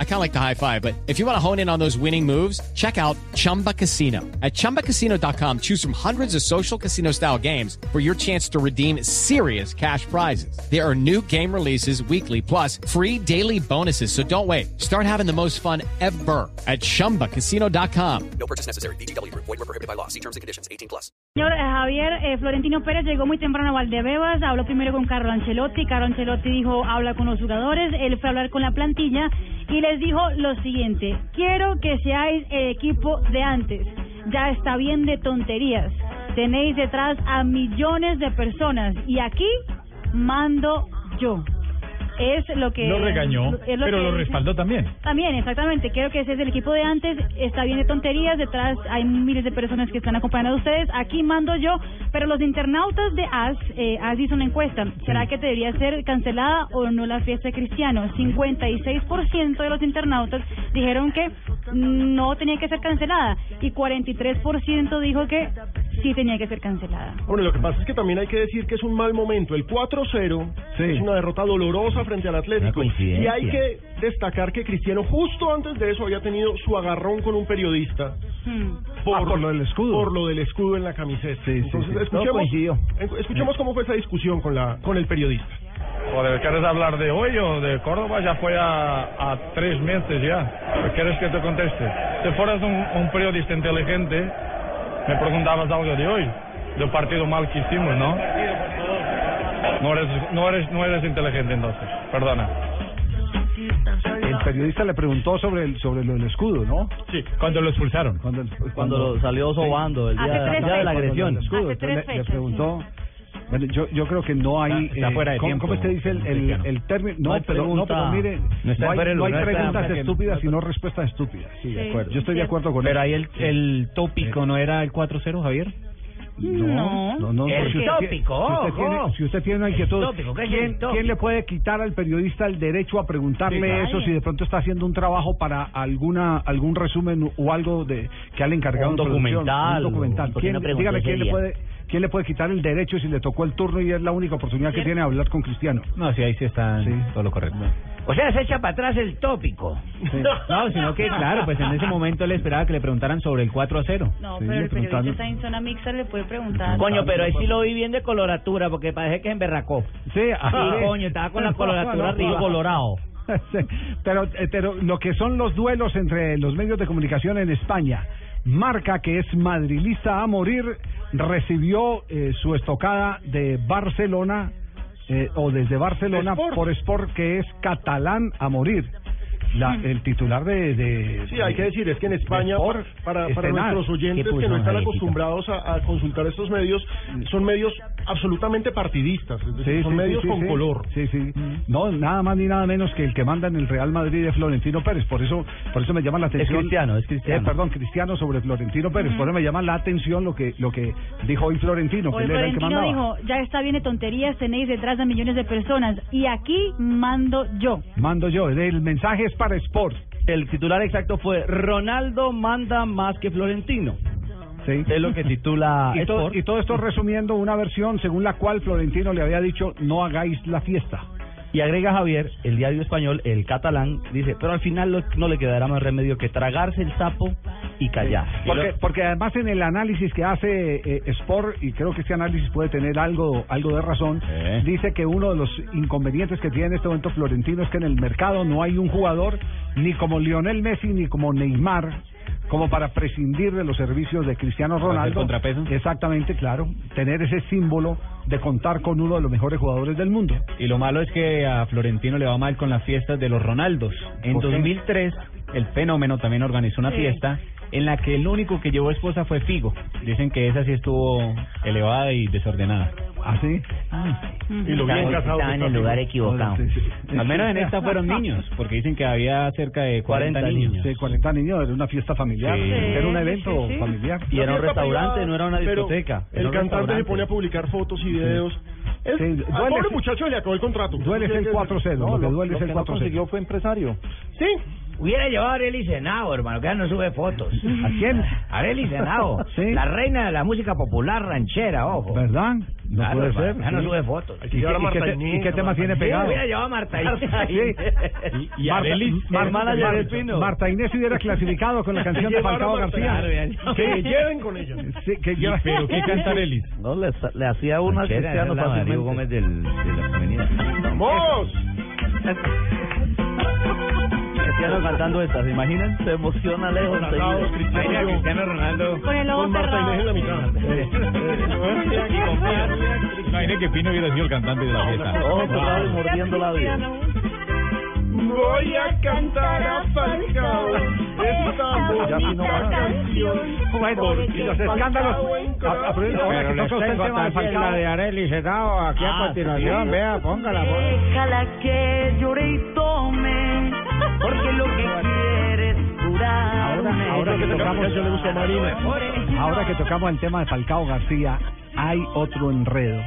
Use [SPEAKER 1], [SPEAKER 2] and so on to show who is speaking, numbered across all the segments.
[SPEAKER 1] I kind of like the high five, but if you want to hone in on those winning moves, check out Chumba Casino. At chumbacasino.com, choose from hundreds of social casino style games for your chance to redeem serious cash prizes. There are new game releases weekly, plus free daily bonuses. So don't wait. Start having the most fun ever at chumbacasino.com.
[SPEAKER 2] No purchase necessary. BGW. Void were prohibited by law. See terms and conditions. 18 plus.
[SPEAKER 3] Señor eh, Javier eh, Florentino Pérez llegó muy temprano a Valdebebas, habló primero con Carlo Ancelotti, Carlo Ancelotti dijo habla con los jugadores, él fue a hablar con la plantilla y les dijo lo siguiente, quiero que seáis el equipo de antes, ya está bien de tonterías, tenéis detrás a millones de personas y aquí mando yo. Es lo que...
[SPEAKER 4] Lo regañó,
[SPEAKER 3] Eh, es lo
[SPEAKER 4] pero
[SPEAKER 3] que
[SPEAKER 4] lo
[SPEAKER 3] dice-
[SPEAKER 4] respaldó también.
[SPEAKER 3] También, exactamente. Creo que ese es el equipo de antes. Está bien de tonterías. Detrás hay miles de personas que están acompañando a ustedes. Aquí mando yo. Pero los internautas de AS, eh, AS hizo una encuesta. ¿Será que debería ser cancelada o no la fiesta de Cristiano? 56% de los internautas dijeron que no tenía que ser cancelada. Y 43% dijo que sí tenía que ser cancelada.
[SPEAKER 5] Bueno, lo que pasa es que también hay que decir que es un mal momento. El 4-0
[SPEAKER 4] Sí.
[SPEAKER 5] es una derrota dolorosa frente al Atlético.
[SPEAKER 6] Una coincidencia.
[SPEAKER 5] Y hay que destacar que Cristiano justo antes de eso había tenido su agarrón con un periodista
[SPEAKER 3] Hmm.
[SPEAKER 4] Ah, por lo del escudo.
[SPEAKER 5] Por lo del escudo en la camiseta.
[SPEAKER 4] Sí, sí,
[SPEAKER 5] Entonces,
[SPEAKER 4] sí.
[SPEAKER 5] escuchemos,
[SPEAKER 4] Todo coincidió.
[SPEAKER 5] en- escuchemos cómo fue esa discusión con, la, con el periodista.
[SPEAKER 7] Joder, ¿quieres hablar de hoy o de Córdoba? Ya fue a, a tres meses ya. ¿Quieres que te conteste? Si fueras un, un periodista inteligente, me preguntabas algo de hoy, del partido mal que hicimos, ¿no? No eres, no eres, no eres inteligente entonces, perdona.
[SPEAKER 4] El periodista le preguntó sobre el, sobre lo del escudo, ¿no?
[SPEAKER 7] Sí, cuando lo expulsaron.
[SPEAKER 4] Cuando, el-
[SPEAKER 6] cuando lo salió sobando el
[SPEAKER 3] Hace
[SPEAKER 6] día,
[SPEAKER 3] tres
[SPEAKER 6] día de la
[SPEAKER 3] meses.
[SPEAKER 6] agresión.
[SPEAKER 4] el escudo.
[SPEAKER 3] Hace
[SPEAKER 4] Entonces
[SPEAKER 3] tres
[SPEAKER 4] le- le,
[SPEAKER 3] fechas,
[SPEAKER 4] preguntó. Bueno, yo, yo creo que no hay.
[SPEAKER 6] Está- está
[SPEAKER 4] eh,
[SPEAKER 6] fuera de
[SPEAKER 4] ¿cómo,
[SPEAKER 6] tiempo,
[SPEAKER 4] cómo es que dice el, el,
[SPEAKER 6] Cristiano.
[SPEAKER 4] el término?
[SPEAKER 6] No
[SPEAKER 4] No,
[SPEAKER 6] hay
[SPEAKER 4] pero, no,
[SPEAKER 6] pregunta.
[SPEAKER 4] pero mire,
[SPEAKER 6] No está
[SPEAKER 4] no hay,
[SPEAKER 6] fuera de
[SPEAKER 4] no hay
[SPEAKER 6] lugar, está-
[SPEAKER 4] preguntas
[SPEAKER 6] está-
[SPEAKER 4] estúpidas, sino respuestas estúpidas.
[SPEAKER 3] Sí, de acuerdo.
[SPEAKER 4] Yo estoy de acuerdo con
[SPEAKER 6] Pero
[SPEAKER 4] él.
[SPEAKER 6] ahí el, el tópico no era el 4-0, Javier.
[SPEAKER 3] No.
[SPEAKER 4] No, no, no.
[SPEAKER 6] El
[SPEAKER 4] si usted-
[SPEAKER 6] tópico,
[SPEAKER 4] si usted
[SPEAKER 6] ojo.
[SPEAKER 4] tiene- Si usted tiene una inquietud,
[SPEAKER 6] tópico, ¿qué es el
[SPEAKER 4] ¿quién,
[SPEAKER 6] tópico?
[SPEAKER 4] quién le puede quitar al periodista el derecho a preguntarle
[SPEAKER 3] Sí,
[SPEAKER 4] eso
[SPEAKER 3] nadie.
[SPEAKER 4] si de pronto está haciendo un trabajo para alguna algún resumen o algo de que le han encargado
[SPEAKER 6] Un
[SPEAKER 4] en producción,
[SPEAKER 6] documental,
[SPEAKER 4] Un documental.
[SPEAKER 6] ¿por qué
[SPEAKER 4] ¿Quién,
[SPEAKER 6] no preguntó
[SPEAKER 4] dígame
[SPEAKER 6] ese
[SPEAKER 4] quién le
[SPEAKER 6] día?
[SPEAKER 4] puede quién le puede quitar el derecho si le tocó el turno y es la única oportunidad que tiene de hablar con Cristiano.
[SPEAKER 6] No, sí, ahí sí está
[SPEAKER 4] Sí.
[SPEAKER 6] todo lo correcto. O sea, se echa para atrás el tópico. No, sino que, claro, pues en ese momento él esperaba que le preguntaran sobre el 4-0.
[SPEAKER 3] No,
[SPEAKER 4] Sí,
[SPEAKER 3] pero
[SPEAKER 4] le
[SPEAKER 3] el periodista
[SPEAKER 4] preguntaron.
[SPEAKER 3] está en zona mixta, le puede preguntar.
[SPEAKER 8] Coño, pero ahí sí lo vi bien de coloratura, porque parece que se emberracó.
[SPEAKER 4] Sí, ah,
[SPEAKER 8] Sí, coño, estaba con la coloratura
[SPEAKER 4] No, no,
[SPEAKER 8] río
[SPEAKER 4] no.
[SPEAKER 8] colorado.
[SPEAKER 4] Sí, pero, eh, pero lo que son los duelos entre los medios de comunicación en España, marca que es madrilista a morir, recibió eh, su estocada de Barcelona eh, o desde Barcelona
[SPEAKER 5] Sport.
[SPEAKER 4] por Sport que es catalán a morir. La-
[SPEAKER 5] Hmm.
[SPEAKER 4] el titular de, de-
[SPEAKER 5] Sí, hay que decir, es que en España,
[SPEAKER 4] Sport,
[SPEAKER 5] para, para,
[SPEAKER 4] Estenar.
[SPEAKER 5] nuestros oyentes
[SPEAKER 6] ¿Qué puso,
[SPEAKER 5] que no están
[SPEAKER 6] Javier,
[SPEAKER 5] acostumbrados a, a consultar estos medios, son medios absolutamente partidistas, es decir,
[SPEAKER 4] Sí,
[SPEAKER 5] son
[SPEAKER 4] sí,
[SPEAKER 5] medios
[SPEAKER 4] sí,
[SPEAKER 5] con
[SPEAKER 4] sí.
[SPEAKER 5] color.
[SPEAKER 4] Sí, sí. No, nada más ni nada menos que el que manda en el Real Madrid es Florentino Pérez. Por eso, por eso me llama la atención.
[SPEAKER 6] cristiano, es cristiano.
[SPEAKER 4] Eh, perdón, Cristiano sobre Florentino Pérez. Por eso me llama la atención lo que lo que dijo hoy Florentino, que
[SPEAKER 3] Hoy
[SPEAKER 4] él era el que
[SPEAKER 3] Florentino
[SPEAKER 4] mandaba.
[SPEAKER 3] dijo, ya está bien de tonterías, tenéis detrás a millones de personas y aquí mando yo.
[SPEAKER 4] Mando yo. El mensaje es para Sport.
[SPEAKER 8] El titular exacto fue Ronaldo manda más que Florentino.
[SPEAKER 4] Sí.
[SPEAKER 8] Es lo que titula
[SPEAKER 6] Ah,
[SPEAKER 4] Y todo,
[SPEAKER 8] Sport.
[SPEAKER 4] y todo esto resumiendo una versión según la cual Florentino le había dicho no hagáis la fiesta.
[SPEAKER 8] Y agrega Javier, el diario español, el catalán, dice, pero al final lo- no le quedará más remedio que tragarse el sapo y callar.
[SPEAKER 4] Porque, porque además en el análisis que hace eh, Sport, y creo que este análisis puede tener algo, algo de razón,
[SPEAKER 6] Eh.
[SPEAKER 4] dice que uno de los inconvenientes que tiene en este momento Florentino es que en el mercado no hay un jugador ni como Lionel Messi ni como Neymar como para prescindir de los servicios de Cristiano
[SPEAKER 6] hacer
[SPEAKER 4] Ronaldo.
[SPEAKER 6] contrapeso.
[SPEAKER 4] Exactamente, claro. Tener ese símbolo de contar con uno de los mejores jugadores del mundo.
[SPEAKER 6] Y lo malo es que a Florentino le va mal con las fiestas de los Ronaldos. En
[SPEAKER 4] ¿Por qué?
[SPEAKER 6] 2003, el fenómeno también organizó una
[SPEAKER 3] Sí.
[SPEAKER 6] fiesta en la que el único que llevó esposa fue Figo. Dicen que esa sí estuvo elevada y desordenada.
[SPEAKER 4] ¿Así?
[SPEAKER 3] Ujú.
[SPEAKER 5] Y lo bien casado que
[SPEAKER 8] Ah. estaba en
[SPEAKER 5] está
[SPEAKER 8] el lugar
[SPEAKER 5] Figo.
[SPEAKER 8] equivocado.
[SPEAKER 6] Al menos en esta fueron niños, porque dicen que había cerca de 40,
[SPEAKER 8] 40
[SPEAKER 6] niños.
[SPEAKER 4] Sí, 40 niños, era una fiesta familiar,
[SPEAKER 6] Sí.
[SPEAKER 4] era un
[SPEAKER 3] Sí, sí,
[SPEAKER 4] evento
[SPEAKER 3] sí.
[SPEAKER 4] familiar.
[SPEAKER 8] Y era un
[SPEAKER 5] Fiesta
[SPEAKER 8] restaurante,
[SPEAKER 5] privada,
[SPEAKER 8] no era una
[SPEAKER 5] pero
[SPEAKER 8] discoteca. era
[SPEAKER 5] El
[SPEAKER 8] un
[SPEAKER 5] cantante le
[SPEAKER 8] restaurante.
[SPEAKER 5] pone a publicar fotos y videos. El,
[SPEAKER 4] Sí,
[SPEAKER 5] al
[SPEAKER 4] duele
[SPEAKER 5] pobre
[SPEAKER 4] ese-
[SPEAKER 5] muchacho le acabó el contrato.
[SPEAKER 4] Duele es el 4-0, lo que duele es el 4-0.
[SPEAKER 5] Sí,
[SPEAKER 6] Hubiera llevado a Arely Senao, hermano, que ya no sube fotos.
[SPEAKER 8] ¿A quién?
[SPEAKER 6] Arely Senao,
[SPEAKER 8] Sí.
[SPEAKER 6] la reina de la música popular ranchera, ojo.
[SPEAKER 8] ¿Verdad? No
[SPEAKER 6] Claro,
[SPEAKER 8] puede
[SPEAKER 6] hermano,
[SPEAKER 8] ser.
[SPEAKER 6] Ya no
[SPEAKER 8] sí.
[SPEAKER 6] sube fotos.
[SPEAKER 8] ¿Y, qué- y qué, te- y qué temas tiene
[SPEAKER 6] Yo
[SPEAKER 8] pegado?
[SPEAKER 6] hubiera llevado a Marta Inés.
[SPEAKER 8] Sí.
[SPEAKER 4] Y- y Arely,
[SPEAKER 8] Mar-
[SPEAKER 4] hermana de
[SPEAKER 8] Mar-
[SPEAKER 4] Espino.
[SPEAKER 8] Marta Inés hubiera clasificado con la canción de Falcao García.
[SPEAKER 5] Que me lleven con ella.
[SPEAKER 8] Sí, que-
[SPEAKER 4] Pero qué cantar Elis.
[SPEAKER 6] No, le, hacía una Cristiano Rodrigo Gómez del, de la femenina.
[SPEAKER 5] ¡Vamos!
[SPEAKER 4] Cristiano cantando esta, ¿se imaginan? Se emociona lejos.
[SPEAKER 5] Ronaldo, Cristiano, yo,
[SPEAKER 4] Cristiano Ronaldo.
[SPEAKER 9] Con el ojo
[SPEAKER 5] con Marta Inés en
[SPEAKER 9] cerrado.
[SPEAKER 5] la mitad.
[SPEAKER 4] Imaginen que Pino hubiera sido el cantante de la fiesta.
[SPEAKER 6] mordiendo la vida.
[SPEAKER 5] Voy a cantar a Falcao esta bonita canción.
[SPEAKER 8] Bueno, y los escándalos. a- a- ahora que toca usted el tema de Falcao.
[SPEAKER 6] Arely Senao aquí
[SPEAKER 5] Ah,
[SPEAKER 4] a continuación,
[SPEAKER 6] vea, póngala.
[SPEAKER 3] Déjala que llore y tome, porque lo que quiere es curarme.
[SPEAKER 8] Ahora, ahora que tocamos, ahora que tocamos el tema de Falcao García, hay otro enredo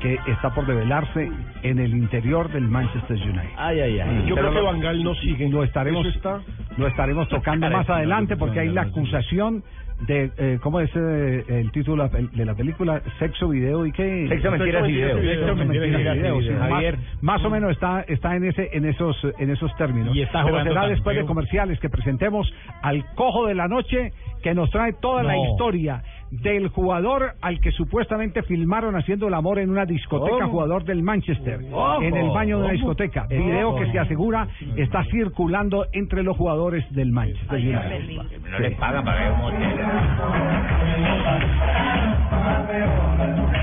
[SPEAKER 8] que está por revelarse en el interior del Manchester United.
[SPEAKER 4] Ay, ay, ay.
[SPEAKER 5] Yo
[SPEAKER 8] Pero
[SPEAKER 5] creo que
[SPEAKER 8] lo-
[SPEAKER 5] Bangal no sigue.
[SPEAKER 8] Lo estaremos,
[SPEAKER 5] Eso está-
[SPEAKER 8] lo estaremos tocando más adelante porque hay la acusación de, eh, ¿cómo es eh, el título de la pel- de la película? Sexo, video y qué.
[SPEAKER 4] Sexo, mentiras y video.
[SPEAKER 8] Sexo, mentiras y video, sí, más-
[SPEAKER 4] Javier.
[SPEAKER 8] Más, o menos está está en ese en esos en esos términos.
[SPEAKER 4] Mm. Y está
[SPEAKER 8] Pero
[SPEAKER 4] jugando
[SPEAKER 8] será
[SPEAKER 4] tan
[SPEAKER 8] después de
[SPEAKER 4] feo.
[SPEAKER 8] comerciales que presentemos al cojo de la noche que nos trae toda la
[SPEAKER 4] No.
[SPEAKER 8] historia del jugador al que supuestamente filmaron haciendo el amor en una discoteca,
[SPEAKER 4] ¿Cómo?
[SPEAKER 8] jugador del Manchester,
[SPEAKER 4] Ojo.
[SPEAKER 8] en el baño de
[SPEAKER 4] ¿Cómo?
[SPEAKER 8] una discoteca. Video que se asegura está circulando entre los jugadores del Manchester United.
[SPEAKER 6] No le pagan para que un motel.